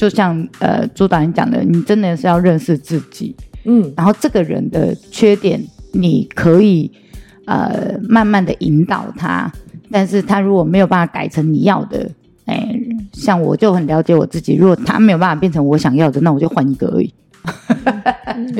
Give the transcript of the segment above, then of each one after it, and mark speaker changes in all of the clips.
Speaker 1: 就像呃朱导演讲的，你真的是要认识自己，
Speaker 2: 嗯
Speaker 1: 然后这个人的缺点，你可以呃慢慢的引导他，但是他如果没有办法改成你要的，哎，像我就很了解我自己，如果他没有办法变成我想要的，那我就换一个而已。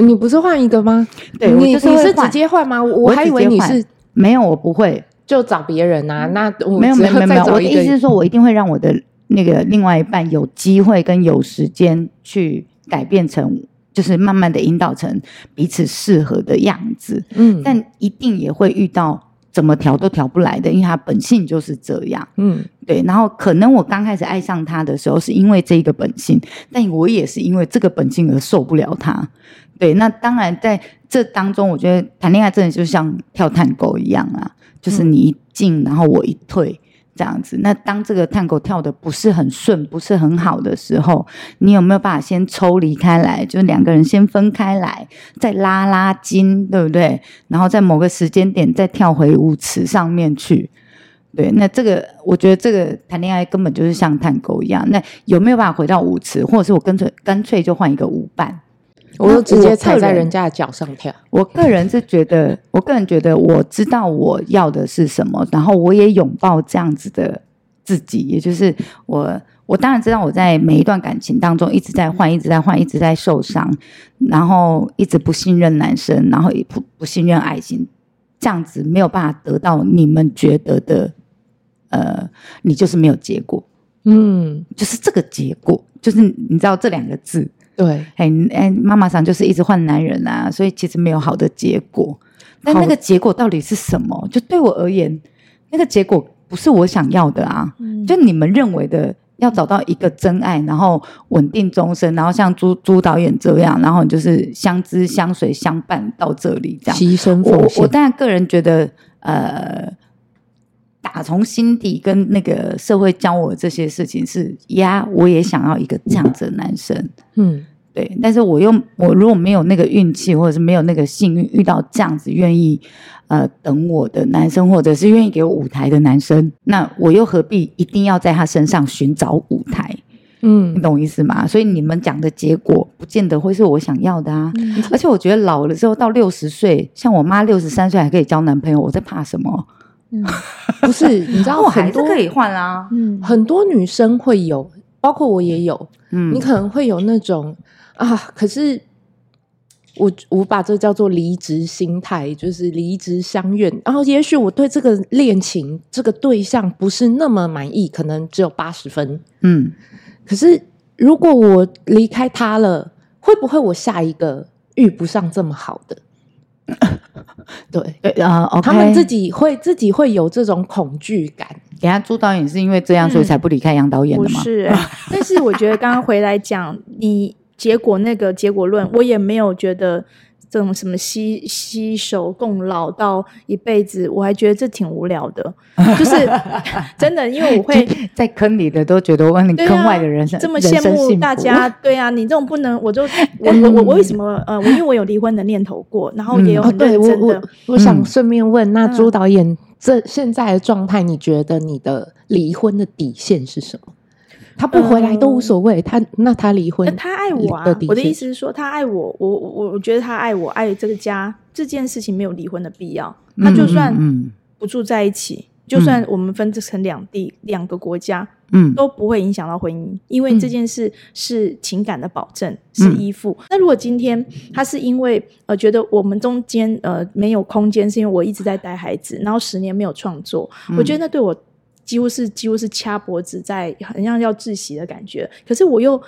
Speaker 2: 你不是换一个吗？
Speaker 1: 对，我
Speaker 2: 你
Speaker 1: 就是
Speaker 2: 你
Speaker 1: 会
Speaker 2: 是直
Speaker 1: 换
Speaker 2: 接换吗？我
Speaker 1: 我
Speaker 2: 我还以为
Speaker 1: 直接
Speaker 2: 你
Speaker 1: 换
Speaker 2: 是
Speaker 1: 没有，我不会，
Speaker 2: 就找别人啊，那我
Speaker 1: 没有
Speaker 2: 只
Speaker 1: 没有
Speaker 2: 要
Speaker 1: 没有没
Speaker 2: 再
Speaker 1: 有，
Speaker 2: 找
Speaker 1: 我的
Speaker 2: 一
Speaker 1: 意
Speaker 2: 个
Speaker 1: 思是说，我一定会让我的那个另外一半有机会跟有时间去改变成，就是慢慢的引导成彼此适合的样子。
Speaker 2: 嗯
Speaker 1: 但一定也会遇到怎么调都调不来的，因为他本性就是这样。
Speaker 2: 嗯
Speaker 1: 对，然后可能我刚开始爱上他的时候是因为这一个本性，但我也是因为这个本性而受不了他。对，那当然在这当中，我觉得谈恋爱真的就像跳探戈一样啊，
Speaker 2: 嗯
Speaker 1: 就是你一进，然后我一退。这样子，那当这个探戈跳的不是很顺，不是很好的时候，你有没有办法先抽离开来？就是两个人先分开来，再拉拉筋，对不对？然后在某个时间点再跳回舞池上面去。对，那这个我觉得这个谈恋爱根本就是像探戈一样。那有没有办法回到舞池，或者是我干脆干脆就换一个舞伴？
Speaker 2: 我就直接踩
Speaker 1: 我个
Speaker 2: 在
Speaker 1: 人
Speaker 2: 人家的脚上跳，
Speaker 1: 我个人是觉得，我个人觉得我知道我要的是什么，然后我也拥抱这样子的自己，也就是我。我当然知道我在每一段感情当中一直在换，一直在换，一直在受伤，然后一直不信任男生，然后也不不信任爱情，这样子没有办法得到你们觉得的，呃，你就是没有结果，
Speaker 2: 嗯，
Speaker 1: 就是这个结果，就是你知道这两个字，
Speaker 2: 对，
Speaker 1: 哎你哎，妈妈桑就是一直换男人啊，所以其实没有好的结果。但
Speaker 2: 好
Speaker 1: 那个结果到底是什么？就对我而言，那个结果不是我想要的啊。就你们认为的，要找到一个真爱，然后稳定终身，然后像朱朱导演这样，然后你就是相知相随相伴到这里这样。
Speaker 2: 牺牲
Speaker 1: 我
Speaker 2: 奉
Speaker 1: 我我
Speaker 2: 献，
Speaker 1: 当然个人觉得，呃，打从心底跟那个社会教我这些事情是呀，我也想要一个这样子的男生。
Speaker 2: 嗯
Speaker 1: 对，但是我又我如果没有那个运气，或者是没有那个幸运遇到这样子愿意呃等我的男生，或者是愿意给我舞台的男生，那我又何必一定要在他身上寻找舞台？你
Speaker 2: 嗯，
Speaker 1: 懂我意思吗？所以你们讲的结果，不见得会是我想要的啊。
Speaker 2: 嗯
Speaker 1: 而且我觉得老了之后，到六十岁，像我妈六十三岁还可以交男朋友，我在怕什么？
Speaker 2: 不是，你知道
Speaker 1: 我还
Speaker 2: 很
Speaker 1: 是
Speaker 2: 多
Speaker 1: 可以换啊。
Speaker 3: 嗯，
Speaker 2: 很多女生会有，包括我也有，
Speaker 1: 嗯
Speaker 2: 你可能会有那种啊，可是我我把这叫做离职心态，就是离职相怨。然后也许我对这个恋情这个对象不是那么满意，可能只有八十分。
Speaker 1: 嗯，
Speaker 2: 可是如果我离开他了，会不会我下一个遇不上这么好的？对。
Speaker 1: 对啊、o k
Speaker 2: 他们自己会自己会有这种恐惧感，
Speaker 1: 等下朱导演是因为这样，所以
Speaker 3: 嗯
Speaker 1: 才不离开杨导演
Speaker 3: 不
Speaker 1: 的吗？
Speaker 3: 是、欸，但是我觉得刚刚回来讲你结果那个结果论，我也没有觉得这种什么携携手共老到一辈子，我还觉得这挺无聊的， 就是 真的，因为我会
Speaker 1: 在坑里的都觉得，哇，你
Speaker 3: 对啊
Speaker 1: 坑外的人生、
Speaker 3: 这么
Speaker 1: 人
Speaker 3: 羡
Speaker 1: 生
Speaker 3: 慕
Speaker 1: 幸
Speaker 3: 大
Speaker 1: 福
Speaker 3: 家，对啊，你这种不能，我就 我我我我为什么呃，我因为我有离婚的念头过，然后也
Speaker 1: 嗯
Speaker 3: 有
Speaker 2: 哦，
Speaker 3: 很认
Speaker 2: 对我
Speaker 3: 真的，
Speaker 2: 我我想
Speaker 1: 嗯
Speaker 2: 顺便问，那
Speaker 3: 嗯
Speaker 2: 朱导演这现在的状态，你觉得你的离婚的底线是什么？他不回来都无所谓，他那他离
Speaker 3: 那
Speaker 2: 婚，
Speaker 3: 呃他爱我啊
Speaker 2: 的底，
Speaker 3: 我的意
Speaker 2: 线
Speaker 3: 思是说，他爱我，我我我觉得他爱我，爱这个家这件事情没有离婚的必要，他就算
Speaker 1: 嗯
Speaker 3: 不住在一起，就算我们分成两地、两个国家，
Speaker 1: 嗯嗯
Speaker 3: 都不会影响到婚姻，因为这件事是情感的保证，是依附。那如果今天他是因为呃觉得我们中间呃没有空间，是因为我一直在带孩子，然后十年没有创作，我觉得那对我。几乎是几乎是掐脖子在，很像要窒息的感觉。可是我又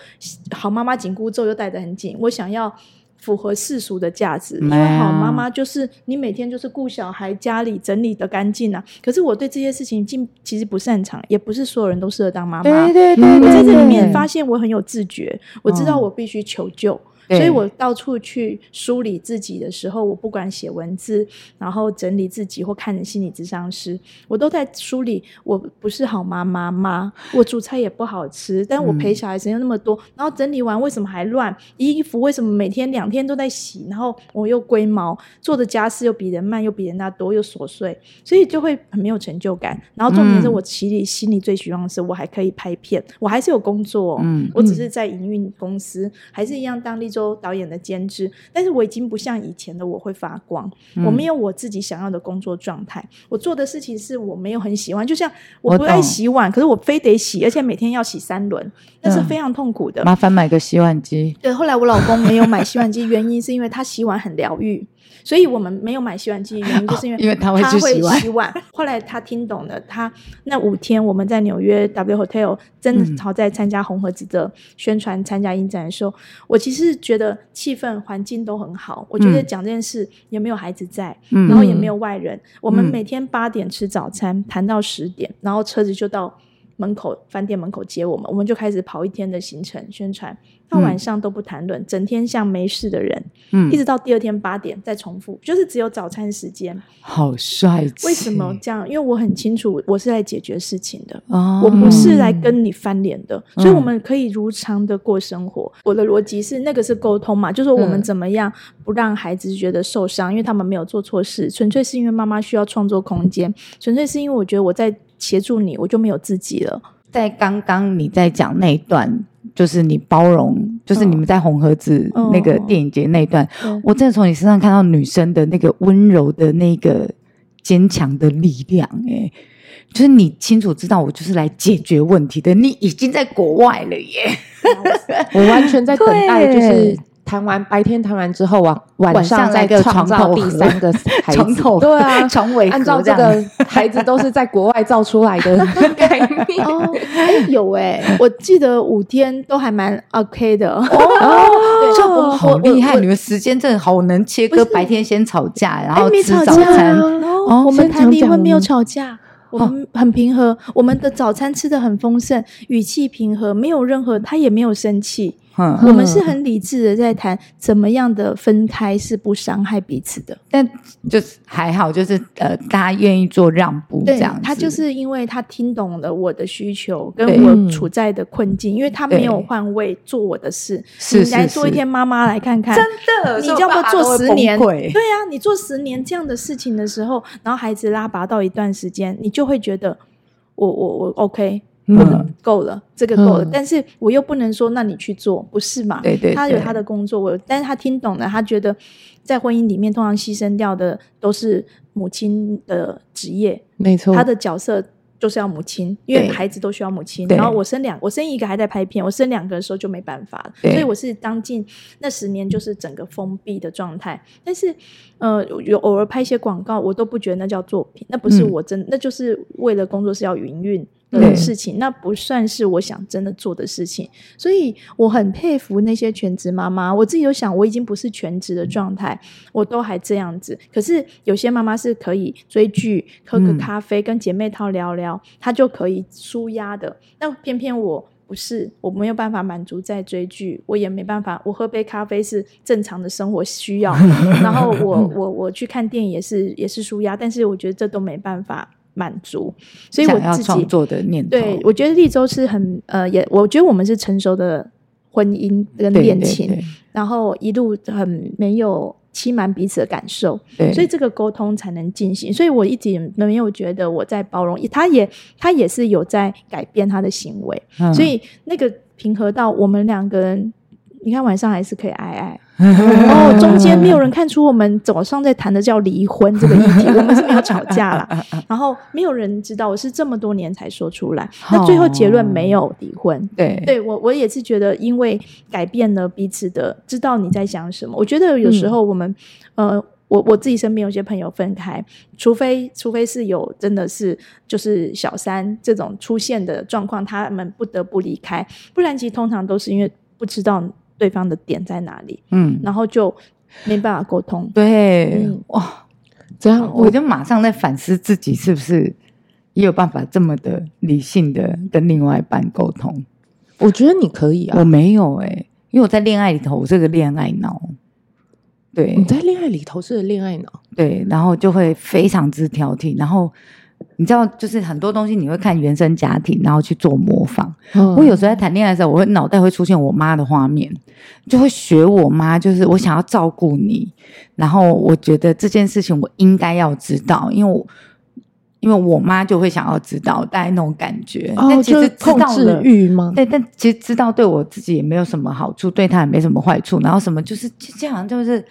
Speaker 3: 好妈妈紧箍咒又戴得很紧，我想要符合世俗的价值，因为
Speaker 1: 没啊
Speaker 3: 好妈妈就是你每天就是顾小孩，家里整理的干净啊。可是我对这些事情竟其实不擅长，也不是所有人都适合当妈妈。
Speaker 1: 对对对，
Speaker 3: 我在这里
Speaker 1: 对
Speaker 2: 嗯
Speaker 3: 面发，现我很有自觉，我知道
Speaker 1: 嗯
Speaker 3: 我必须求救，
Speaker 1: 对
Speaker 3: 所以我到处去梳理自己的时候，我不管写文字，然后整理自己或看心理咨商师，我都在梳理我不是好妈妈吗？我煮菜也不好吃，但我
Speaker 1: 嗯
Speaker 3: 陪小孩时间又那么多，然后整理完为什么还乱？衣服为什么每天两天都在洗？然后我又龟毛，做的家事又比人慢，又比人家多，又琐碎，所以就会很没有成就感。然后重点是
Speaker 1: 嗯
Speaker 3: 我其实心里最希望的是我还可以拍片，我还是有工作、哦，
Speaker 1: 嗯
Speaker 3: 我只是在营运公司，还是一样当立州导演的监制，但是我已经不像以前的我会发光，
Speaker 1: 嗯
Speaker 3: 我没有我自己想要的工作状态，我做的事情是我没有很喜欢，就像我
Speaker 1: 我
Speaker 3: 不爱
Speaker 1: 懂
Speaker 3: 洗碗，可是我非得洗，而且每天要洗三轮，那
Speaker 1: 嗯
Speaker 3: 是非常痛苦的。
Speaker 1: 麻烦买个洗碗机。
Speaker 3: 对，后来我老公没有买洗碗机，原因是因为他洗碗很疗愈，所以我们没有买洗碗机，原因就是因为
Speaker 1: 哦因为他会去洗碗
Speaker 3: 洗碗。后来他听懂了，他那五天我们在纽约 W Hotel 真
Speaker 1: 嗯
Speaker 3: 的好在参加红盒子的宣传、参加影展的时候，我其实觉得气氛环境都很好。我觉得
Speaker 1: 嗯
Speaker 3: 讲这件事也没有孩子在，
Speaker 1: 嗯
Speaker 3: 然后也没有外人。我们
Speaker 1: 嗯
Speaker 3: 每天八点吃早餐，谈到十点，然后车子就到门口饭店门口接我们，我们就开始跑一天的行程宣传，到
Speaker 1: 嗯
Speaker 3: 晚上都不谈论，整天像没事的人，
Speaker 1: 嗯
Speaker 3: 一直到第二天八点再重复，就是只有早餐时间。
Speaker 1: 好帅气。
Speaker 3: 为什么？这样？因为我很清楚，我是来解决事情的。
Speaker 1: 哦，
Speaker 3: 我不是来跟你翻脸的，
Speaker 1: 嗯
Speaker 3: 所以我们可以如常的过生活。我的逻辑是，那个是沟通嘛，就是我们
Speaker 2: 嗯
Speaker 3: 怎么样不让孩子觉得受伤，因为他们没有做错事，纯粹是因为妈妈需要创作空间，纯粹是因为我觉得我在协助你，我就没有自己了。
Speaker 1: 在刚刚你在讲那一段，就是你包容，就是
Speaker 3: 嗯
Speaker 1: 你们在红盒子
Speaker 3: 嗯
Speaker 1: 那个电影节那一段，
Speaker 3: 对
Speaker 1: 哦我真的从你身上看到女生的那个温柔的那个坚强的力量、哎，就是你清楚知道我就是来解决问题的，你已经在国外了耶，
Speaker 2: 我完全在等待，
Speaker 1: 对
Speaker 2: 就是谈完白天谈完之后，晚晚
Speaker 1: 上
Speaker 2: 再
Speaker 1: 来个床
Speaker 2: 创造
Speaker 1: 头
Speaker 2: 第
Speaker 1: 盒
Speaker 2: 三个孩子
Speaker 1: 从 头
Speaker 2: 对啊，
Speaker 1: 从尾
Speaker 2: 按照
Speaker 1: 这
Speaker 2: 这
Speaker 1: 样
Speaker 2: 个孩子都是在国外造出来 的概念。
Speaker 3: 哦，哎、有哎、哦我记得五天都还蛮 OK 的。对
Speaker 1: 就
Speaker 3: 我我
Speaker 1: 哦好厉害！
Speaker 3: 我
Speaker 1: 你们时间真的好能切
Speaker 3: 不
Speaker 1: 割，
Speaker 3: 是
Speaker 1: 白天先吵架，然
Speaker 3: 哎
Speaker 1: 后
Speaker 3: 没
Speaker 1: 吃
Speaker 3: 吵
Speaker 1: 早
Speaker 3: 架
Speaker 1: 餐，
Speaker 3: 啊
Speaker 1: 哦
Speaker 3: 我们
Speaker 2: 先
Speaker 3: 谈
Speaker 2: 讲
Speaker 3: 离
Speaker 2: 讲
Speaker 3: 婚没有
Speaker 2: 我们
Speaker 3: 吵架，我们很平和，我们的早餐吃的很丰盛，语气平和，没有任何，他也没有生气。
Speaker 1: 嗯，
Speaker 3: 我们是很理智的在谈怎么样的分开是不伤害彼此的。
Speaker 1: 但就是还好，就是呃，大家愿意做让步这
Speaker 3: 对
Speaker 1: 样子，，
Speaker 3: 他就是因为他听懂了我的需求跟
Speaker 1: 对
Speaker 3: 我处在的困境，因为他没有
Speaker 1: 对
Speaker 3: 换位做我的事。
Speaker 1: 是
Speaker 3: 你来
Speaker 1: 是
Speaker 3: 做一
Speaker 1: 是
Speaker 3: 天妈妈来看看，
Speaker 1: 的
Speaker 3: 你要不要做十年？对
Speaker 1: 对，
Speaker 3: 呀、你做十年这样的事情的时候，然后孩子拉拔到一段时间，你就会觉得我我我 OK，
Speaker 1: 嗯
Speaker 3: 我的够了，这个够了。
Speaker 2: 嗯
Speaker 3: 但是我又不能说那你去做，不是嘛？
Speaker 1: 对对
Speaker 3: 他有
Speaker 1: 对
Speaker 3: 他的工作，我有但是他听懂了，他觉得在婚姻里面通常牺牲掉的都是母亲的职业，
Speaker 2: 没错
Speaker 3: 他的角色就是要母亲，因为
Speaker 1: 对
Speaker 3: 孩子都需要母亲。
Speaker 1: 对
Speaker 3: 然后我生两，我生一个还在拍片，我生两个的时候就没办法了，
Speaker 1: 对
Speaker 3: 所以我是当进那十年就是整个封闭的状态。但是，呃，有偶尔拍一些广告，我都不觉得那叫作品，那不是
Speaker 1: 嗯
Speaker 3: 我真，那就是为了工作是要营运。的
Speaker 1: 对
Speaker 3: 事情，那不算是我想真的做的事情，所以我很佩服那些全职妈妈。我自己有想，我已经不是全职的状态，我都还这样子。可是有些妈妈是可以追剧、喝个
Speaker 1: 嗯
Speaker 3: 咖啡、跟姐妹淘聊聊，她就可以舒压的。但偏偏我不是，我没有办法满足在追剧，我也没办法，我喝杯咖啡是正常的生活需 要，然后我我我去看电影也是也是舒压，但是我觉得这都没办法满足，所以我
Speaker 1: 想要
Speaker 3: 自己
Speaker 1: 创作的哦念头，
Speaker 3: 对，我觉得立州是很呃，也我觉得我们是成熟的婚姻跟
Speaker 1: 对
Speaker 3: 恋情，
Speaker 1: 对
Speaker 3: 然后一路很没有欺瞒彼此的感受，
Speaker 1: 对，
Speaker 3: 所以这个沟通才能进行。所以我一直没有觉得我在包容，他也他也是有在改变他的行为，
Speaker 1: 嗯
Speaker 3: 所以那个平和到我们两个人。你看晚上还是可以爱 爱，然后中间没有人看出我们早上在谈的叫离婚这个议 题，我们是没有吵架啦，然后没有人知道我是这么多年才说出来，
Speaker 1: 哦
Speaker 3: 那最后结论没有离婚，
Speaker 1: 对
Speaker 3: 对我，我也是觉得，因为改变了彼此的，知道你在想什么。我觉得有时候我们，呃，我我自己身边有些朋友分开，除非除非是有真的是就是小三这种出现的状况，他们不得不离开，不然其实通常都是因为不知道对方的点在哪里，
Speaker 1: 嗯
Speaker 3: 然后就没办法沟 通。
Speaker 1: 对
Speaker 3: 嗯
Speaker 1: 哇，
Speaker 2: 这样
Speaker 1: 我就马上在反思自己是不是也有办法这么的理性的跟另外一半沟通，
Speaker 2: 我觉得你可以啊
Speaker 1: 我，没有哎、因因为我在恋爱里头，我这个恋爱脑，对
Speaker 2: 你在恋爱里头是恋爱脑，
Speaker 1: 对，然后就会非常之挑剔，然后你知道，就是很多东西你会看原生家庭，然后去做模仿。
Speaker 2: 嗯
Speaker 1: 我有时候在谈恋爱的时候，我会脑袋会出现我妈的画面，就会学我妈，就是我想要照顾你，然后我觉得这件事情我应该要知道，因为我因为我妈就会想要知道，大概那种感觉。
Speaker 2: 哦，
Speaker 1: 但其
Speaker 2: 就
Speaker 1: 实
Speaker 2: 是
Speaker 1: 知
Speaker 2: 控
Speaker 1: 道
Speaker 2: 制
Speaker 1: 了。
Speaker 2: 欲吗？
Speaker 1: 对，但其实知道对我自己也没有什么好处，对他也没什么坏处，然后什么就是就这样，就是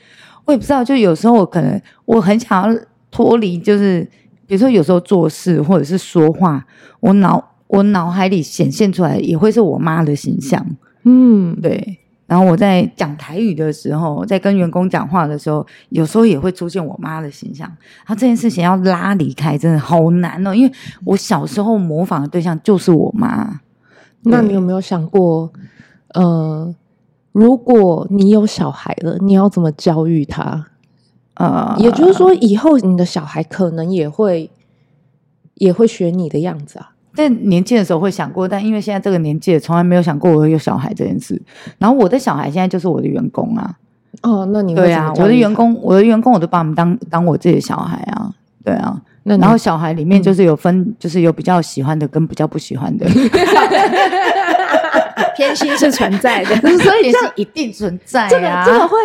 Speaker 1: 我也不知道，就有时候我可能我很想要脱离，就是比如说有时候做事或者是说话，我脑我脑海里显现出来也会是我妈的形象，
Speaker 2: 嗯，
Speaker 1: 对。然后我在讲台语的时候，在跟员工讲话的时候，有时候也会出现我妈的形象。然后这件事情要拉离开，真的好难哦，因为我小时候模仿的对象就是我妈。
Speaker 2: 那你有没有想过，呃，如果你有小孩了，你要怎么教育他？
Speaker 1: 呃，
Speaker 2: 也就是说，以后你的小孩可能也会也会学你的样子啊。
Speaker 1: 但年轻的时候会想过，但因为现在这个年纪，也从来没有想过我会有小孩这件事。然后我的小孩现在就是我的员工啊，
Speaker 2: 哦，那你会
Speaker 1: 对
Speaker 2: 怎么
Speaker 1: 啊，
Speaker 2: 教
Speaker 1: 我的
Speaker 2: 育
Speaker 1: 员
Speaker 2: 他，
Speaker 1: 工，我的员工，我都把他们当当我自己的小孩啊，对啊。
Speaker 2: 那你
Speaker 1: 然后小孩里面就是有分，就是有比较喜欢的跟比较不喜欢 的，
Speaker 3: 偏心是存在的。
Speaker 1: 所以是一定存在
Speaker 2: 这个
Speaker 1: 啊。
Speaker 2: 这个会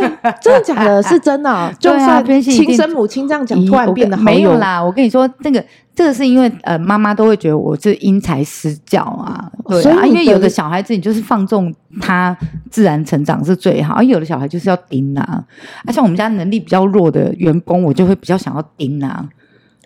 Speaker 2: 真的假的？是真 的哦，就
Speaker 1: 对啊
Speaker 2: 算
Speaker 1: 偏心一定
Speaker 2: 亲生母亲这样讲，
Speaker 1: 咦
Speaker 2: 突然
Speaker 1: 我
Speaker 2: 变
Speaker 1: 跟
Speaker 2: 得好
Speaker 1: 没
Speaker 2: 友
Speaker 1: 有，啦，我跟你说，这个这个是因为呃，妈妈都会觉得我是因材施教啊，对
Speaker 2: 所以
Speaker 1: 啊，
Speaker 2: 你
Speaker 1: 因为
Speaker 2: 的
Speaker 1: 有的小孩子你就是放纵他自然成长是最好，而啊有的小孩就是要盯啊，啊，像我们家能力比较弱的员工，我就会比较想要盯啊，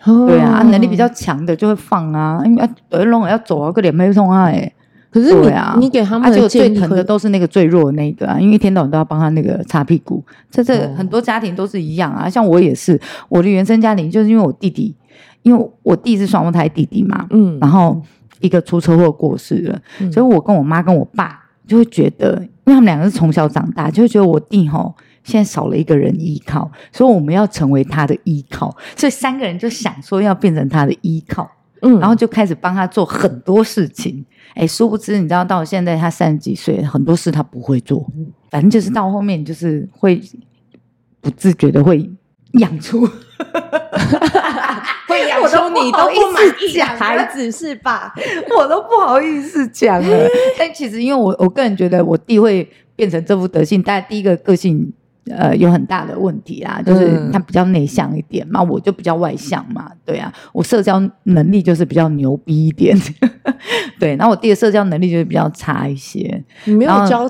Speaker 1: 对啊，啊能力比较
Speaker 2: 哦。
Speaker 1: 强的就会放啊，因为啊，耳聋要走啊，个脸没痛啊，哎，
Speaker 2: 可是你、
Speaker 1: 对啊
Speaker 2: 你给他
Speaker 1: 啊，
Speaker 2: 们
Speaker 1: 结
Speaker 2: 的
Speaker 1: 果最
Speaker 2: 建议
Speaker 1: 疼
Speaker 2: 会
Speaker 1: 的都是那个最弱的那个啊，因为一天到晚都要帮他那个擦屁股。这这
Speaker 2: 哦
Speaker 1: 很多家庭都是一样啊，像我也是，我的原生家庭就是因为我弟弟，因为我弟是双胞胎弟弟嘛，
Speaker 2: 嗯
Speaker 1: 然后一个出车祸过世了，
Speaker 2: 嗯
Speaker 1: 所以我跟我妈跟我爸就会觉得，因为他们两个是从小长大，就会觉得我弟吼现在少了一个人依靠，所以我们要成为他的依靠，所以三个人就想说要变成他的依靠。
Speaker 2: 嗯，
Speaker 1: 然后就开始帮他做很多事情。哎，殊不知你知道，到现在他三十几岁，很多事他不会做，
Speaker 2: 嗯
Speaker 1: 反正就是到后面就是会不自觉的会养 出，
Speaker 2: 会 养
Speaker 1: 我都
Speaker 2: 出
Speaker 1: 不
Speaker 2: 你
Speaker 1: 好
Speaker 2: 都
Speaker 1: 意思
Speaker 2: 不满意的
Speaker 1: 讲了
Speaker 2: 孩子是吧？
Speaker 1: 我都不好意思讲 了。但其实因为我我个人觉得我弟会变成这副德性，但第一个个性。呃，有很大的问题啦，就是
Speaker 2: 嗯
Speaker 1: 他比较内向一点嘛，我就比较外向嘛，对啊，我社交能力就是比较牛逼一点， 对，然后我弟的社交能力就是比较差一些，
Speaker 2: 你没
Speaker 1: 然后
Speaker 2: 有教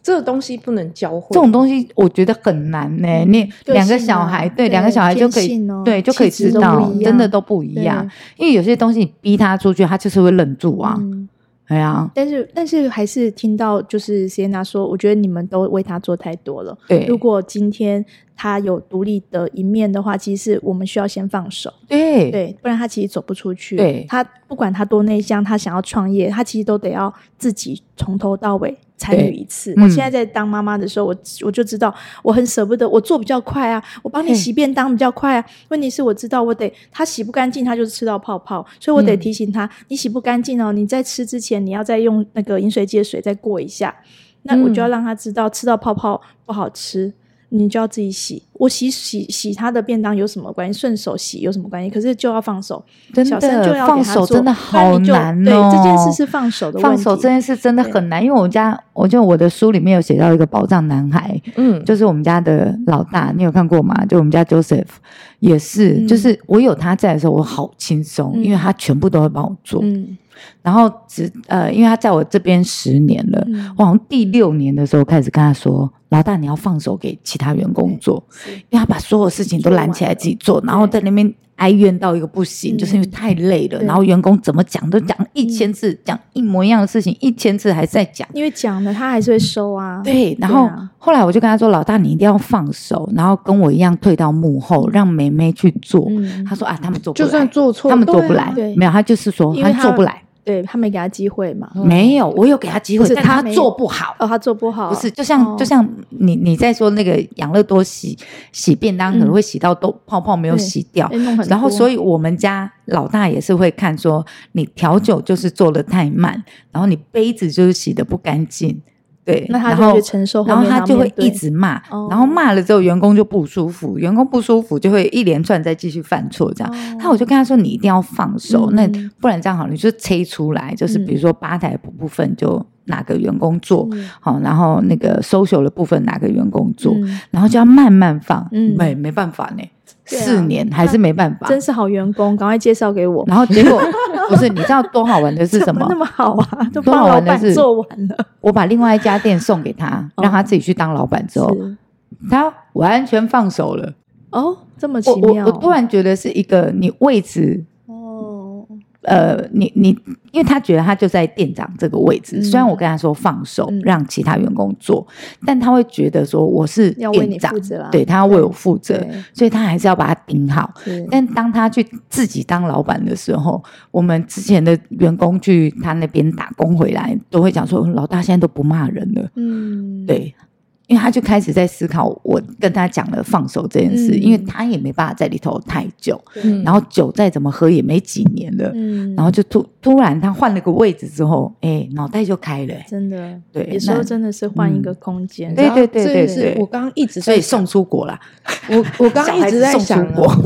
Speaker 2: 这个东西，不能教会
Speaker 1: 这种东西我觉得很难呢、你
Speaker 3: 个性啊
Speaker 1: 两个小孩，对
Speaker 3: 对
Speaker 1: 两个小孩就可
Speaker 3: 天
Speaker 1: 以
Speaker 3: 性，哦
Speaker 1: 对就可以知
Speaker 3: 气质都
Speaker 1: 道
Speaker 3: 不一，样
Speaker 1: 真的都不一样。因为有些东西你逼他出去，他就是会愣住啊。
Speaker 3: 嗯
Speaker 1: 哎呀，
Speaker 3: 但是但是还是听到就是 s i e n a 说，我觉得你们都为他做太多了。
Speaker 1: 对
Speaker 3: 如果今天他有独立的一面的话，其实我们需要先放手，
Speaker 1: 对
Speaker 3: 对，不然他其实走不出去。
Speaker 1: 对
Speaker 3: 他不管他多内向，他想要创业，他其实都得要自己从头到尾参
Speaker 1: 对
Speaker 3: 与一次。
Speaker 1: 嗯
Speaker 3: 我现在在当妈妈的时候，我我就知道我很舍不得，我做比较快啊，我帮你
Speaker 1: 嘿
Speaker 3: 洗便当比较快啊。问题是我知道我得他洗不干净，他就是吃到泡泡，所以我得
Speaker 2: 嗯
Speaker 3: 提醒他，你洗不干净哦，你在吃之前你要再用那个饮水机的水再过一下。那我就要
Speaker 2: 嗯
Speaker 3: 让他知道吃到泡泡不好吃，你就要自己洗。我洗洗洗他的便当有什么关系？顺手洗有什么关系？可是就要放手，
Speaker 1: 真
Speaker 3: 小三就
Speaker 1: 的
Speaker 3: 要
Speaker 1: 放
Speaker 3: 给他
Speaker 1: 手
Speaker 3: 做
Speaker 1: 真的
Speaker 3: 不然
Speaker 1: 好
Speaker 3: 你就
Speaker 1: 难哦。
Speaker 3: 对，这件事是放手的问题。
Speaker 1: 放手这件事真的
Speaker 3: 对
Speaker 1: 很难，因为我家，我就我的书里面有写到一个宝藏男孩，
Speaker 2: 嗯，
Speaker 1: 就是我们家的老大，你有看过吗？就我们家 Joseph 也是，
Speaker 3: 嗯
Speaker 1: 就是我有他在的时候，我好轻松，
Speaker 3: 嗯
Speaker 1: 因为他全部都会帮我做。
Speaker 3: 嗯
Speaker 1: 然后只呃，因为他在我这边十年了，
Speaker 3: 嗯
Speaker 1: 我好像第六年的时候开始跟他说：“老大，你要放手给其他员工做，因为他把所有事情都揽起来自己做，然后在那边哀怨到一个不行，
Speaker 3: 嗯
Speaker 1: 就是因为太累了。
Speaker 3: 对
Speaker 1: 然后员工怎么讲都讲一千次，讲一模一样的事
Speaker 3: 嗯
Speaker 1: 情，一千次还在讲。
Speaker 3: 因为讲了他还是会收啊。
Speaker 1: 对，然后
Speaker 3: 啊
Speaker 1: 后来我就跟他说：“老大，你一定要放手，然后跟我一样退到幕后，让梅梅去做。
Speaker 3: 嗯
Speaker 1: 他，说：“啊，他们做不
Speaker 2: 就
Speaker 1: 来，
Speaker 2: 算做错，
Speaker 1: 他们做不
Speaker 2: 对啊
Speaker 1: 来，
Speaker 3: 对
Speaker 1: 没有，他就是说
Speaker 3: 因为
Speaker 1: 做不来。”
Speaker 3: 对他没给他机会嘛。
Speaker 2: 嗯
Speaker 1: 没有，我有给他机会，
Speaker 3: 不是
Speaker 1: 但
Speaker 3: 他
Speaker 1: 他
Speaker 3: 没
Speaker 1: 做不好。
Speaker 3: 哦，他做不好，
Speaker 1: 不是，就像、
Speaker 3: 哦
Speaker 1: 就像你你在说那个养乐多洗洗便当，可能
Speaker 3: 嗯
Speaker 1: 会洗到都泡泡没有
Speaker 3: 对
Speaker 1: 洗掉
Speaker 3: 哎，弄很
Speaker 1: 然后
Speaker 3: 多
Speaker 1: 所以我们家老大也是会看说你调酒就是做的太慢，然后你杯子就是洗的不干净，对，
Speaker 3: 那他
Speaker 1: 然
Speaker 3: 就会
Speaker 1: 后
Speaker 3: 去承受后
Speaker 1: 然后
Speaker 3: 面
Speaker 1: 他就
Speaker 3: 面
Speaker 1: 会
Speaker 3: 对
Speaker 1: 一直骂
Speaker 3: 哦，
Speaker 1: 然后骂了之后员工就不舒服，员工不舒服就会一连串再继续犯错
Speaker 3: 哦
Speaker 1: 这样。那我就跟他说，你一定要放手，
Speaker 3: 嗯
Speaker 1: 那
Speaker 3: 嗯
Speaker 1: 不然这样好了，你就切出来，就是比如说吧台部部分就哪个员工做
Speaker 3: 嗯
Speaker 1: 好，然后那个 social 的部分哪个员工做，
Speaker 3: 嗯
Speaker 1: 然后就要慢慢放，
Speaker 3: 嗯
Speaker 1: 没没办法呢，
Speaker 3: 对啊
Speaker 1: 四年还是没办法。
Speaker 3: 真是好员工，赶快介绍给我。
Speaker 1: 然后结果不是，你知道多好玩的是什
Speaker 3: 怎
Speaker 1: 么
Speaker 3: 那？么好 啊？都
Speaker 1: 多
Speaker 3: 帮
Speaker 1: 好
Speaker 3: 老
Speaker 1: 玩的
Speaker 3: 板
Speaker 1: 是
Speaker 3: 做完了，
Speaker 1: 我把另外一家店送给他，
Speaker 3: 哦
Speaker 1: 让他自己去当老板之后，
Speaker 3: 是
Speaker 1: 他完全放手了。
Speaker 3: 哦，这么
Speaker 1: 我
Speaker 3: 奇
Speaker 1: 我
Speaker 3: 妙。
Speaker 1: 我突然觉得是一个你位置，
Speaker 3: 哦，
Speaker 1: 呃，你你，因为他觉得他就在店长这个位置，
Speaker 3: 嗯
Speaker 1: 虽然我跟他说放手、
Speaker 3: 嗯
Speaker 1: 让其他员工做，但他会觉得说我是
Speaker 3: 要为你
Speaker 1: 店长
Speaker 3: 负，责啦。
Speaker 1: 对他要为我负责，
Speaker 3: 对，
Speaker 1: 所以他还是要把它顶好。
Speaker 3: 是
Speaker 1: 但当他去自己当老板的时候，我们之前的员工去他那边打工回来，都会讲说老大现在都不骂人了。
Speaker 3: 嗯，
Speaker 1: 对，因为他就开始在思考我跟他讲了放手这件事，
Speaker 3: 嗯
Speaker 1: 因为他也没办法在里头太久，
Speaker 2: 嗯
Speaker 1: 然后酒再怎么喝也没几年了，
Speaker 3: 嗯，
Speaker 1: 然后就突突然他换了个位置之后，哎，脑袋就开了、哎
Speaker 3: 真的，
Speaker 1: 对
Speaker 3: 有时候
Speaker 1: 那嗯
Speaker 3: 真的是换一个空间，
Speaker 1: 对对对
Speaker 2: 这
Speaker 1: 对
Speaker 2: 也是
Speaker 1: 对
Speaker 2: 我刚刚一直
Speaker 1: 所
Speaker 2: 在
Speaker 1: 以
Speaker 2: 想，
Speaker 1: 送出国啦，
Speaker 2: 我我刚刚一直在想
Speaker 1: 小孩子送出
Speaker 2: 啊，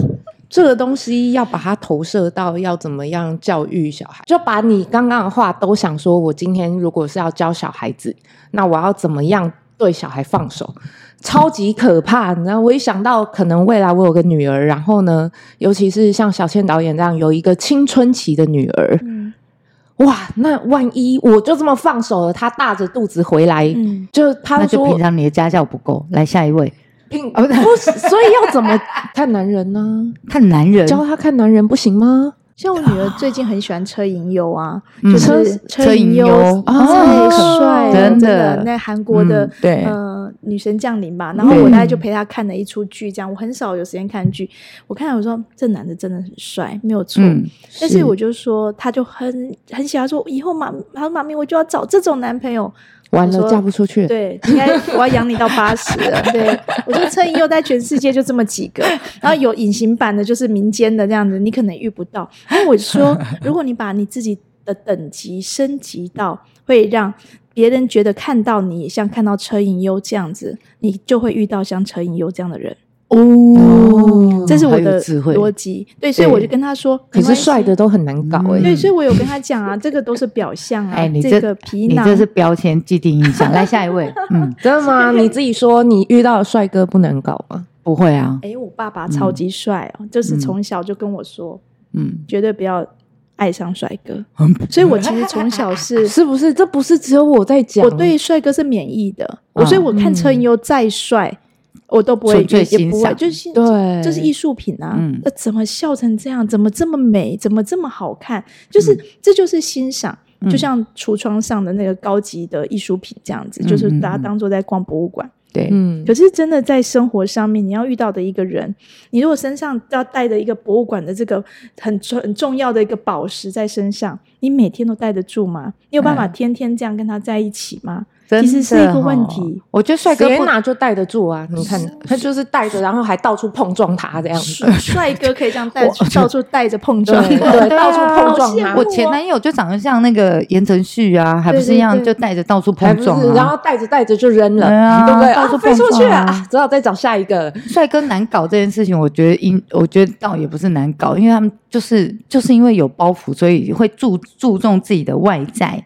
Speaker 2: 这个东西要把它投射到要怎么样教育小孩，就把你刚刚的话都想说，我今天如果是要教小孩子，那我要怎么样对小孩放手，超级可怕。你知道，我一想到可能未来我有个女儿，然后呢，尤其是像小倩导演这样有一个青春期的女儿，
Speaker 3: 嗯
Speaker 2: 哇，那万一我就这么放手了，她大着肚子回来，
Speaker 3: 嗯，
Speaker 2: 就她
Speaker 1: 那就
Speaker 2: 说
Speaker 1: 平常你的家教不够，来下一位，
Speaker 2: 并不是，所以要怎么看男人 呢？
Speaker 1: 看男人
Speaker 2: 教他看男人不行吗？
Speaker 3: 像我女儿最近很喜欢车银优啊，
Speaker 1: 嗯
Speaker 3: 就是
Speaker 1: 车
Speaker 3: 车银
Speaker 1: 银
Speaker 3: 优
Speaker 1: 优啊
Speaker 3: 太
Speaker 2: 哦
Speaker 3: 帅了，
Speaker 1: 真的
Speaker 3: 的，那韩国的
Speaker 1: 嗯对
Speaker 3: 呃女神降临吧，然后
Speaker 1: 对
Speaker 3: 我大概就陪她看了一出剧，这样我很少有时间看剧，我看了我说这男的真的很帅，没有错，
Speaker 1: 嗯，
Speaker 3: 但是我就说，他就很很喜欢说，以后妈，他说妈咪，我就要找这种男朋友。
Speaker 2: 完
Speaker 3: 我
Speaker 2: 了，
Speaker 3: 说
Speaker 2: 嫁不出去。
Speaker 3: 对，应该我要养你到八十 了。对，我说车银优在全世界就这么几个，然后有隐形版的，就是民间的这样子，你可能遇不到。因为 我说，如果你把你自己的等级升级到会让别人觉得看到你像看到车银优这样子，你就会遇到像车银优这样的人。
Speaker 1: 哦
Speaker 3: 这是我
Speaker 1: 好有
Speaker 3: 的
Speaker 1: 智慧
Speaker 3: 逻辑。对，所以
Speaker 1: 对
Speaker 3: 我就跟他说，
Speaker 2: 可
Speaker 3: 没
Speaker 2: 是
Speaker 3: 关系
Speaker 2: 帅的都很难搞哎、
Speaker 1: 嗯
Speaker 3: 对，所以我有跟他讲啊，这个都是表象啊，
Speaker 1: 哎，你
Speaker 3: 个皮
Speaker 1: 你
Speaker 3: 囊，
Speaker 1: 这是标签既定印象，来下一位，嗯，
Speaker 2: 真的吗？你自己说，你遇到的帅哥不难搞吗？。
Speaker 1: 不会 啊，
Speaker 3: 哎，我爸爸超级帅哦，就是从小就跟我说，
Speaker 1: 嗯，
Speaker 3: 绝对不要爱上帅哥，
Speaker 1: 很不
Speaker 3: 所以我其实从小 是
Speaker 2: 是不是？这不是只有我在讲，
Speaker 3: 我对帅哥是免疫的，我所以我看车银优再帅，我都不
Speaker 1: 嗯
Speaker 3: 会
Speaker 1: 纯粹
Speaker 3: 也也
Speaker 1: 欣
Speaker 3: 不会，
Speaker 1: 赏
Speaker 3: 就是
Speaker 2: 对
Speaker 3: 就是艺术品啊
Speaker 1: 嗯。
Speaker 3: 那怎么笑成这样？怎么这么美？怎么这么好看？就是这就是欣赏，
Speaker 1: 嗯
Speaker 3: 就像橱窗上的那个高级的艺术品这样子，就是
Speaker 1: 嗯嗯
Speaker 3: 把它
Speaker 1: 嗯
Speaker 3: 当做在逛博物馆。
Speaker 1: 对，
Speaker 2: 嗯，
Speaker 3: 可是真的在生活上面，你要遇到的一个人，你如果身上要带着一个博物馆的这个很重很重要的一个宝石在身上，你每天都带得住吗？你有办
Speaker 1: 嗯
Speaker 3: 法天天这样跟他在一起吗？
Speaker 1: 真
Speaker 3: 其实是一个
Speaker 1: 的
Speaker 3: 问
Speaker 1: 哦
Speaker 3: 题。
Speaker 1: 我觉得帅哥
Speaker 2: 谁
Speaker 1: 不
Speaker 2: 拿就带得住啊？你看，他就是带着，然后还到处碰撞他这样子
Speaker 3: 帅。帅哥可以这样带到处带着碰撞，啊
Speaker 2: 对
Speaker 1: 对
Speaker 2: 到处碰撞
Speaker 3: 好羡
Speaker 2: 他
Speaker 3: 慕
Speaker 1: 我
Speaker 3: 哦
Speaker 1: 前男友就长得像那个言承旭啊，还不是一样，
Speaker 3: 对对
Speaker 1: 就带着到处
Speaker 2: 还
Speaker 1: 碰
Speaker 2: 不
Speaker 1: 撞
Speaker 2: 是，然
Speaker 1: 啊。
Speaker 2: 后带着带着就扔了，
Speaker 1: 对啊
Speaker 2: 对不对？
Speaker 1: 到处
Speaker 2: 啊，飞出
Speaker 1: 碰撞
Speaker 2: 去了，
Speaker 1: 啊
Speaker 2: 啊只好再找下一个。
Speaker 1: 帅哥难搞这件事情，我觉得因我觉得倒也不是难搞，因为他们就是就是因为有包袱，所以会注注重自己的外在，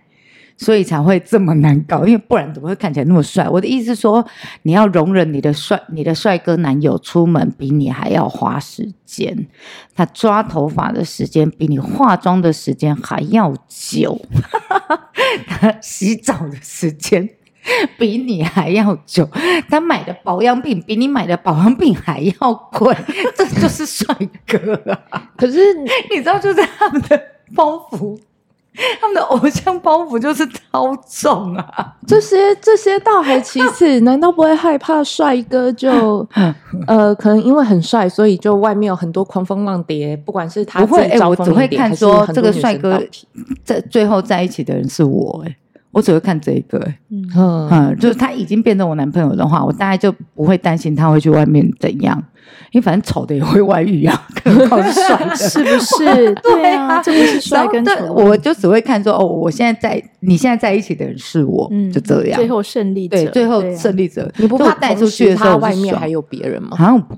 Speaker 1: 所以才会这么难搞。因为不然怎么会看起来那么帅？我的意思是说，你要容忍你的帅你的帅哥男友出门比你还要花时间，他抓头发的时间比你化妆的时间还要久， 他洗澡的时间比你还要久，他买的保养品比你买的保养品还要贵， 这就是帅哥啊！
Speaker 2: 可是
Speaker 1: 你知道，就是他们的包袱，他们的偶像包袱就是超重啊！
Speaker 2: 这些这些倒还其次，难道不会害怕帅 哥就呃，可能因为很帅，所以就外面有很多狂风浪蝶，不管是他
Speaker 1: 不会，
Speaker 2: 自己
Speaker 1: 哎、
Speaker 2: 招
Speaker 1: 我
Speaker 2: 蜂
Speaker 1: 只会
Speaker 2: 引蝶
Speaker 1: 看
Speaker 2: 还是
Speaker 1: 说
Speaker 2: 很
Speaker 1: 这
Speaker 2: 多
Speaker 1: 个
Speaker 2: 女
Speaker 1: 帅
Speaker 2: 生
Speaker 1: 哥
Speaker 2: 倒贴
Speaker 1: 在最后在一起的人是我、哎，我只会看这一个、欸
Speaker 3: 嗯
Speaker 2: 嗯，
Speaker 1: 嗯，就是他已经变成我男朋友的话，我大概就不会担心他会去外面怎样，因为反正丑的也会外遇啊，更何况是帅的。
Speaker 3: 是不 是？对啊，这不是
Speaker 1: 然
Speaker 3: 帅
Speaker 1: 后
Speaker 3: 跟
Speaker 1: 对
Speaker 3: 丑，
Speaker 2: 嗯
Speaker 1: 我就只会看说哦，我现在在你现在在一起的人是我，
Speaker 3: 嗯
Speaker 1: 就这样
Speaker 3: 最。后胜利者，
Speaker 1: 对，最后
Speaker 3: 对啊
Speaker 1: 胜利者，
Speaker 2: 你不
Speaker 1: 所以
Speaker 2: 怕
Speaker 1: 我带出去的时
Speaker 2: 他
Speaker 1: 候，
Speaker 2: 外面还有别人吗？
Speaker 1: 好像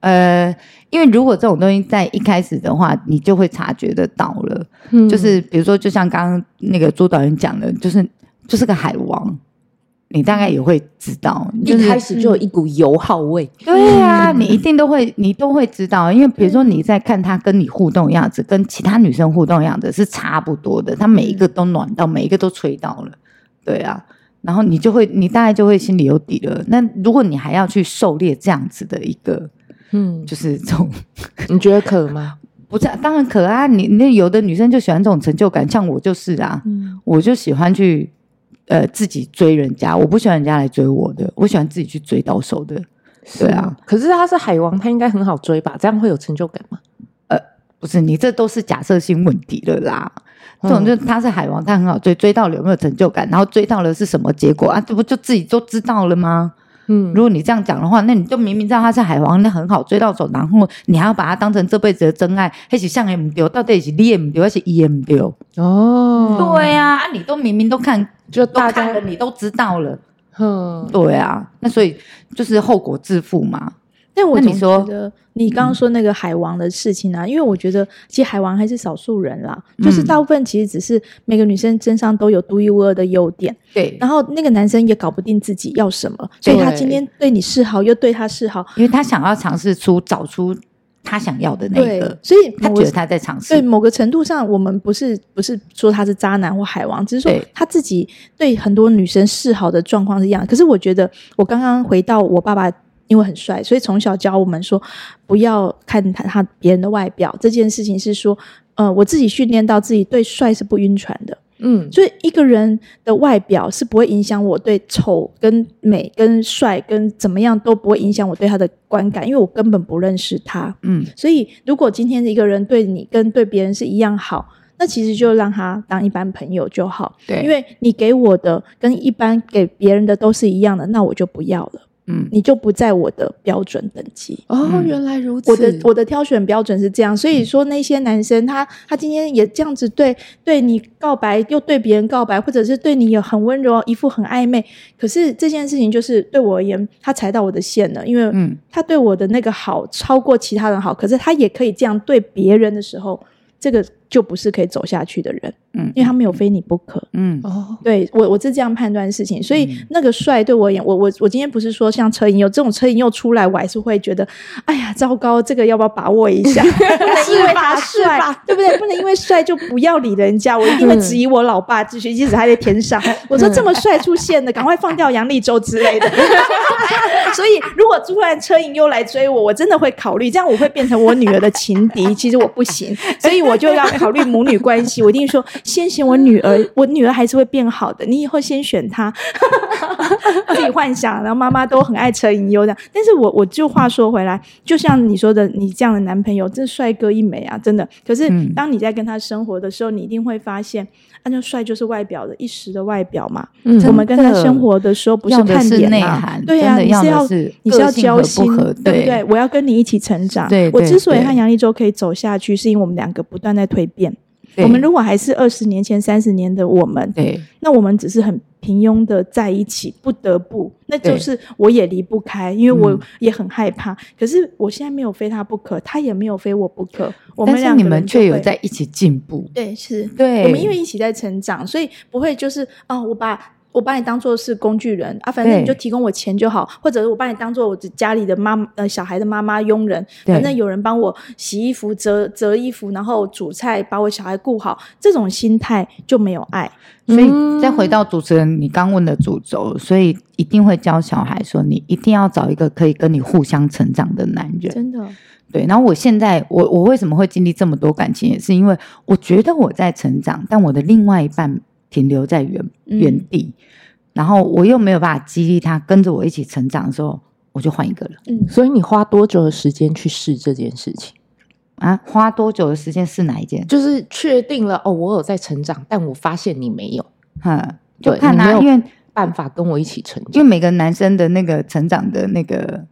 Speaker 1: 呃，因为如果这种东西在一开始的话，你就会察觉得到了。
Speaker 2: 嗯
Speaker 1: 就是比如说，就像刚刚那个朱导演讲的，就是就是个海王，你大概也会知道，
Speaker 2: 一
Speaker 1: 就是
Speaker 2: 开始就有一股油耗味，
Speaker 1: 对啊，你一定都会，你都会知道，因为比如说你在看他跟你互动的样子，跟其他女生互动的样子是差不多的，他每一个都暖到，每一个都吹到了，对啊，然后你就会，你大概就会心里有底了。那如果你还要去狩猎这样子的一个，
Speaker 2: 嗯，
Speaker 1: 就是这种
Speaker 2: 你觉得可吗？
Speaker 1: 不是，啊当然可爱、你那有的女生就喜欢这种成就感，像我就是啊，
Speaker 3: 嗯
Speaker 1: 我就喜欢去呃自己追人家，我不喜欢人家来追我的，我喜欢自己去追到手的。对啊，
Speaker 2: 可是他是海王，他应该很好追吧？这样会有成就感吗？
Speaker 1: 不是你这都是假设性问题了啦。这种
Speaker 2: 嗯
Speaker 1: 就是他是海王，他很好追，追到了有没有成就感，然后追到了是什么结果啊？这不就自己都知道了吗？
Speaker 2: 嗯
Speaker 1: 如果你这样讲的话，那你就明明知道他是海王，那很好追到手，然后你还要把他当成这辈子的真爱，还是像也不丢，到底是你也不丢，还是伊也不丢？
Speaker 2: 哦，
Speaker 1: 对呀、啊，你都明明都看，
Speaker 2: 就
Speaker 1: 都
Speaker 2: 大
Speaker 1: 看
Speaker 2: 家
Speaker 1: 了，你都知道了。
Speaker 2: 嗯，
Speaker 1: 对啊，那所以就是后果自负嘛。
Speaker 3: 但我
Speaker 1: 那你
Speaker 3: 总
Speaker 1: 说
Speaker 3: 觉得你刚刚说那个海王的事情啊，因为我觉得其实海王还是少数人啦，就是
Speaker 1: 嗯
Speaker 3: 大部分其实只是每个女生身上都有独一无二的优点，
Speaker 1: 对，
Speaker 3: 然后那个男生也搞不定自己要什么，所以他
Speaker 2: 对
Speaker 3: 今天对你示好，又对他示好，
Speaker 1: 因为他想要尝试出找出他想要的那一
Speaker 3: 对
Speaker 1: 个，，
Speaker 3: 所以
Speaker 1: 他
Speaker 3: 某
Speaker 1: 觉
Speaker 3: 个
Speaker 1: 得他在尝
Speaker 3: 对
Speaker 1: 试。
Speaker 3: 某个程度上，我们不是不是说他是渣男或海王，只是说
Speaker 1: 对
Speaker 3: 他自己对很多女生示好的状况是一样的。可是我觉得，我刚刚回到我爸爸，因为很帅，所以从小教我们说，不要看他他别人的外表这件事情是说，呃，我自己训练到自己对帅是不晕船的，
Speaker 2: 嗯，
Speaker 3: 所以一个人的外表是不会影响我对丑、跟美、跟帅、跟怎么样都不会影响我对他的观感，因为我根本不认识他。
Speaker 1: 嗯，
Speaker 3: 所以，如果今天一个人对你跟对别人是一样好，那其实就让他当一般朋友就好。
Speaker 1: 对，
Speaker 3: 因为你给我的跟一般给别人的都是一样的，那我就不要了，
Speaker 1: 嗯
Speaker 3: 你就不在我的标准等级。
Speaker 2: 哦，
Speaker 1: 嗯
Speaker 2: 原来如此，
Speaker 3: 我的我的挑选标准是这样，所以说那些男生他他今天也这样子对对你告白，又对别人告白，或者是对你也很温柔，一副很暧昧。可是这件事情就是对我而言，他踩到我的线了，因为
Speaker 1: 嗯，
Speaker 3: 他对我的那个好超过其他人好，可是他也可以这样对别人的时候，这个就不是可以走下去的人，
Speaker 1: 嗯
Speaker 3: 因为他没有非你不可。
Speaker 1: 嗯
Speaker 2: 哦，
Speaker 3: 对我，我是这样判断事情，所以
Speaker 1: 嗯
Speaker 3: 那个帅对我而言，我我我今天不是说像车银佑这种车银佑出来，我还是会觉得，哎呀，糟糕，这个要不要把握一下？不能因为他帅，对不对？不能因为帅就不要理人家，我一定会质疑我老爸，继续即使他在天上，我说这么帅出现的，赶快放掉杨立洲之类的。 所以如果突然车银又来追我，我真的会考虑，这样我会变成我女儿的情敌。其实我不行，所以我就要考虑母女关系。我一定说，先选我女儿，我女儿还是会变好的。你以后先选她，自己幻想，然后妈妈都很爱车银优的。但是我我就话说回来，就像你说的，你这样的男朋友，真帅哥一枚啊，真的。可是
Speaker 1: 嗯
Speaker 3: 当你在跟他生活的时候，你一定会发现，按照帅就是外表的一时的外表嘛。
Speaker 2: 嗯
Speaker 3: 我们跟他
Speaker 1: 真的
Speaker 3: 生活的时候，不
Speaker 1: 要的
Speaker 3: 看
Speaker 1: 是
Speaker 3: 脸
Speaker 1: 内
Speaker 3: 啊
Speaker 1: 涵
Speaker 3: 对啊，
Speaker 1: 真的
Speaker 3: 你
Speaker 1: 要
Speaker 3: 是
Speaker 1: 的
Speaker 3: 要
Speaker 1: 是
Speaker 3: 你是
Speaker 1: 个
Speaker 3: 要
Speaker 1: 性
Speaker 3: 交
Speaker 1: 合不
Speaker 3: 心，
Speaker 1: 合
Speaker 3: 对
Speaker 1: 对
Speaker 3: 不对？我要跟你一起成长。
Speaker 1: 对
Speaker 3: 我
Speaker 1: 对
Speaker 3: 之所以
Speaker 1: 对
Speaker 3: 和杨一舟可以走下去，是因为我们两个不断在蜕变。
Speaker 1: 对
Speaker 3: 我们如果还是二十年前、三十年的我们，
Speaker 1: 对
Speaker 3: 那我们只是很平庸的在一起，不得不，那就
Speaker 1: 对
Speaker 3: 是我也离不开，因为我
Speaker 1: 嗯
Speaker 3: 也很害怕。可是我现在没有非他不可，他也没有非我不可。我
Speaker 1: 但
Speaker 3: 们
Speaker 1: 是
Speaker 3: 两
Speaker 1: 你
Speaker 3: 个人
Speaker 1: 们
Speaker 3: 就
Speaker 1: 却有
Speaker 3: 会
Speaker 1: 在一起进步，
Speaker 3: 对是
Speaker 1: 对，
Speaker 3: 我们因为一起在成长，所以不会就是啊、我把我把你当做是工具人啊，反正
Speaker 1: 对
Speaker 3: 你就提供我钱就好，或者是我把你当做我家里的妈呃小孩的妈妈佣人，
Speaker 1: 对
Speaker 3: 反正有人帮我洗衣服、折折衣服，然后煮菜，把我小孩顾好，这种心态就没有爱。
Speaker 1: 所以嗯再回到主持人你刚问的主轴，所以一定会教小孩说，你一定要找一个可以跟你互相成长的男人。
Speaker 3: 真的，
Speaker 1: 对，然后我现在我我为什么会经历这么多感情，也是因为我觉得我在成长，但我的另外一半停留在原
Speaker 3: 嗯
Speaker 1: 原地，然后我又没有办法激励他跟着我一起成长的时候，我就换一个了
Speaker 2: 所以你花多久的时间去试这件事情？
Speaker 1: 啊！花多久的时间是哪一件？
Speaker 2: 就是确定了哦，我有在成长，但我发现你没有。
Speaker 1: 哈，就
Speaker 2: 对
Speaker 1: 看
Speaker 2: 你没
Speaker 1: 啊，
Speaker 2: 有
Speaker 1: 因为
Speaker 2: 办法跟我一起成
Speaker 1: 因
Speaker 2: 长。
Speaker 1: 为每个男生的那个成长的那个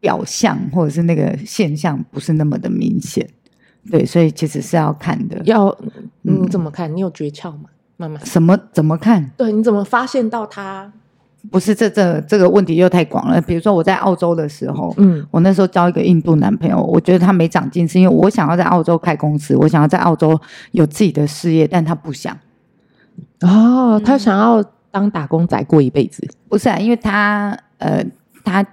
Speaker 1: 表象或者是那个现象不是那么的明显，对，所以其实是要看的。
Speaker 2: 要
Speaker 1: 嗯
Speaker 2: 你怎么看？你有诀窍吗，妈妈？
Speaker 1: 什么怎么看？
Speaker 2: 对，你怎么发现到他？
Speaker 1: 不是这这这个问题又太广了。比如说我在澳洲的时候，
Speaker 2: 嗯
Speaker 1: 我那时候交一个印度男朋友，我觉得他没长进，是因为我想要在澳洲开公司，我想要在澳洲有自己的事业，但他不想。
Speaker 2: 哦，他想要当打工仔过一辈子。
Speaker 1: 不是啊，因为他呃，他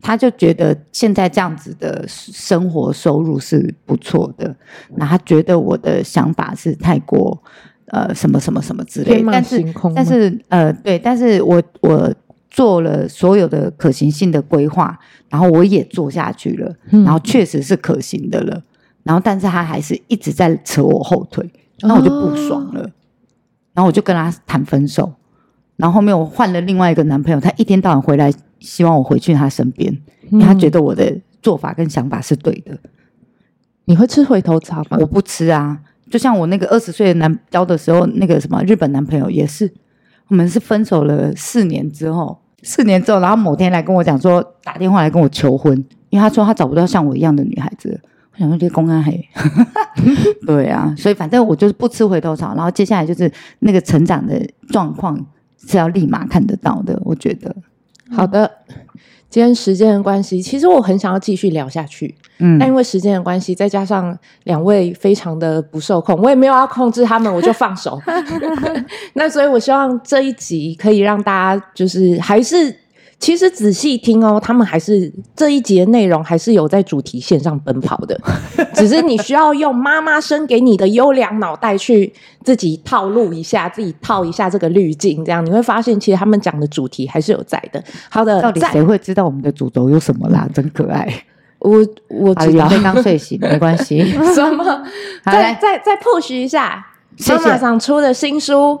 Speaker 1: 他就觉得现在这样子的生活收入是不错的，那他觉得我的想法是太过呃什么什么什么之类
Speaker 2: 天
Speaker 1: 的，
Speaker 2: 马
Speaker 1: 但是
Speaker 2: 行空
Speaker 1: 但
Speaker 2: 吗
Speaker 1: 是呃对，但是我我做了所有的可行性的规划，然后我也做下去了，
Speaker 2: 嗯
Speaker 1: 然后确实是可行的了，然后但是他还是一直在扯我后腿，那我就不爽了，然后我就跟他谈分手。然后后面我换了另外一个男朋友，他一天到晚回来希望我回去他身边，
Speaker 2: 嗯
Speaker 1: 因为他觉得我的做法跟想法是对的。
Speaker 2: 你会吃回头草吗
Speaker 1: 我？不吃啊，就像我那个二十岁的男交的时候，那个什么日本男朋友也是，我们是分手了四年之后，四年之后，然后某天来跟我讲说，打电话来跟我求婚，因为他说他找不到像我一样的女孩子了。我想说这公安黑， 对啊，所以反正我就是不吃回头草，然后接下来就是那个成长的状况是要立马看得到的，我觉得，
Speaker 2: 好的，今天时间的关系，其实我很想要继续聊下去，
Speaker 1: 嗯
Speaker 2: 但因为时间的关系，再加上两位非常的不受控，我也没有要控制他们，我就放 手。那所以我希望这一集可以让大家就是还是。其实仔细听哦，他们还是这一节内容还是有在主题线上奔跑 的，只是你需要用妈妈生给你的优良脑袋去自己套路一下，自己套一下这个滤镜，这样你会发现，其实他们讲的主题还是有在的。好的，
Speaker 1: 到底
Speaker 2: 在
Speaker 1: 谁会知道我们的主轴有什么啦？真可爱，哎
Speaker 2: 我我
Speaker 1: 阿
Speaker 2: 知
Speaker 1: 里
Speaker 2: 道
Speaker 1: 刚刚睡醒，没关系。
Speaker 2: 什么？
Speaker 1: 好
Speaker 2: 再
Speaker 1: 来
Speaker 2: 再再 push 一下，
Speaker 1: 谢谢
Speaker 2: 妈妈桑出的新书《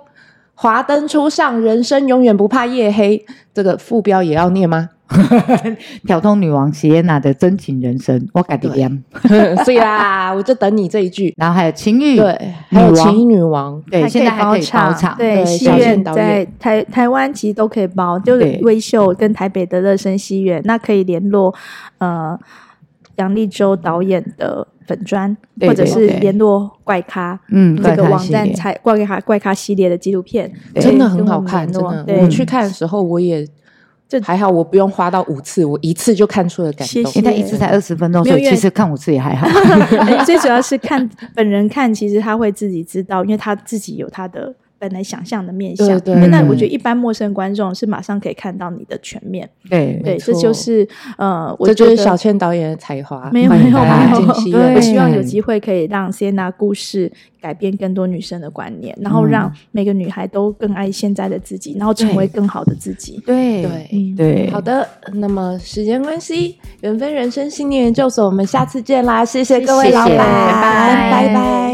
Speaker 2: 华灯初上：人生永远不怕夜黑》，这个副标也要 念吗？
Speaker 1: 挑通女王席耶娜的真情人生，我改的念。
Speaker 2: 所以啦，我就等你这一句。
Speaker 1: 然后还有情欲，
Speaker 2: 对，还有
Speaker 1: 嗯女王
Speaker 2: 情衣女王，
Speaker 1: 对，现在还可以包
Speaker 3: 包
Speaker 1: 场，
Speaker 3: 对，
Speaker 2: 对
Speaker 3: 戏
Speaker 2: 小倩
Speaker 3: 院
Speaker 2: 导
Speaker 3: 在
Speaker 2: 演
Speaker 3: 台台湾其实都可以包，就是
Speaker 1: 对
Speaker 3: 微秀跟台北的乐声戏院，那可以联络呃杨立洲导演的粉砖，
Speaker 1: 对
Speaker 3: 或者
Speaker 1: 对
Speaker 3: 是
Speaker 1: 对
Speaker 3: 联络怪咖。
Speaker 1: 嗯，
Speaker 3: 这个
Speaker 1: 怪咖
Speaker 3: 网
Speaker 1: 系
Speaker 3: 站
Speaker 1: 列
Speaker 3: 才怪咖怪咖系列的纪录片，
Speaker 1: 对
Speaker 2: 真的
Speaker 3: 可以
Speaker 2: 很
Speaker 3: 跟我
Speaker 2: 好
Speaker 3: 们
Speaker 2: 看，
Speaker 3: 联
Speaker 2: 真
Speaker 3: 络
Speaker 2: 的。
Speaker 3: 对，
Speaker 2: 我去看的时候，我也
Speaker 3: 这
Speaker 2: 还好，我不用花到五次，我一次就看出了感动。
Speaker 3: 谢谢
Speaker 1: 因为它一次才二十分钟，
Speaker 3: 没有
Speaker 1: 所以
Speaker 3: 因
Speaker 1: 其
Speaker 3: 为
Speaker 1: 实看五次也还 好。
Speaker 3: 哎最主要是看本人看，其实他会自己知道，因为他自己有他的本来想象的面相。
Speaker 2: 对对
Speaker 3: 那
Speaker 1: 对
Speaker 3: 我觉得一般陌生观众是马上可以看到你的全面。
Speaker 1: 对
Speaker 3: 对，
Speaker 2: 没
Speaker 3: 这
Speaker 2: 错
Speaker 3: 就是呃，我
Speaker 2: 这
Speaker 3: 觉
Speaker 2: 就
Speaker 3: 得
Speaker 2: 是小倩导演的才华。
Speaker 3: 没有
Speaker 1: 欢
Speaker 3: 没
Speaker 1: 迎
Speaker 3: 有
Speaker 1: 大
Speaker 3: 没
Speaker 1: 家
Speaker 3: 有
Speaker 1: 来，
Speaker 2: 进戏
Speaker 1: 对
Speaker 2: 院
Speaker 3: 我希望有机会可以让 s i e n a 故事改变更多女生的观念，
Speaker 2: 嗯
Speaker 3: 然后让每个女孩都更爱现在的自己，然后成为更好的自己。嗯
Speaker 1: 对
Speaker 2: 对。
Speaker 1: 对，
Speaker 2: 好，的，那么时间关系，缘分人生信念研究所，我们下次见啦！谢谢各位
Speaker 1: 谢谢
Speaker 2: 老板，
Speaker 1: 拜拜
Speaker 2: 拜拜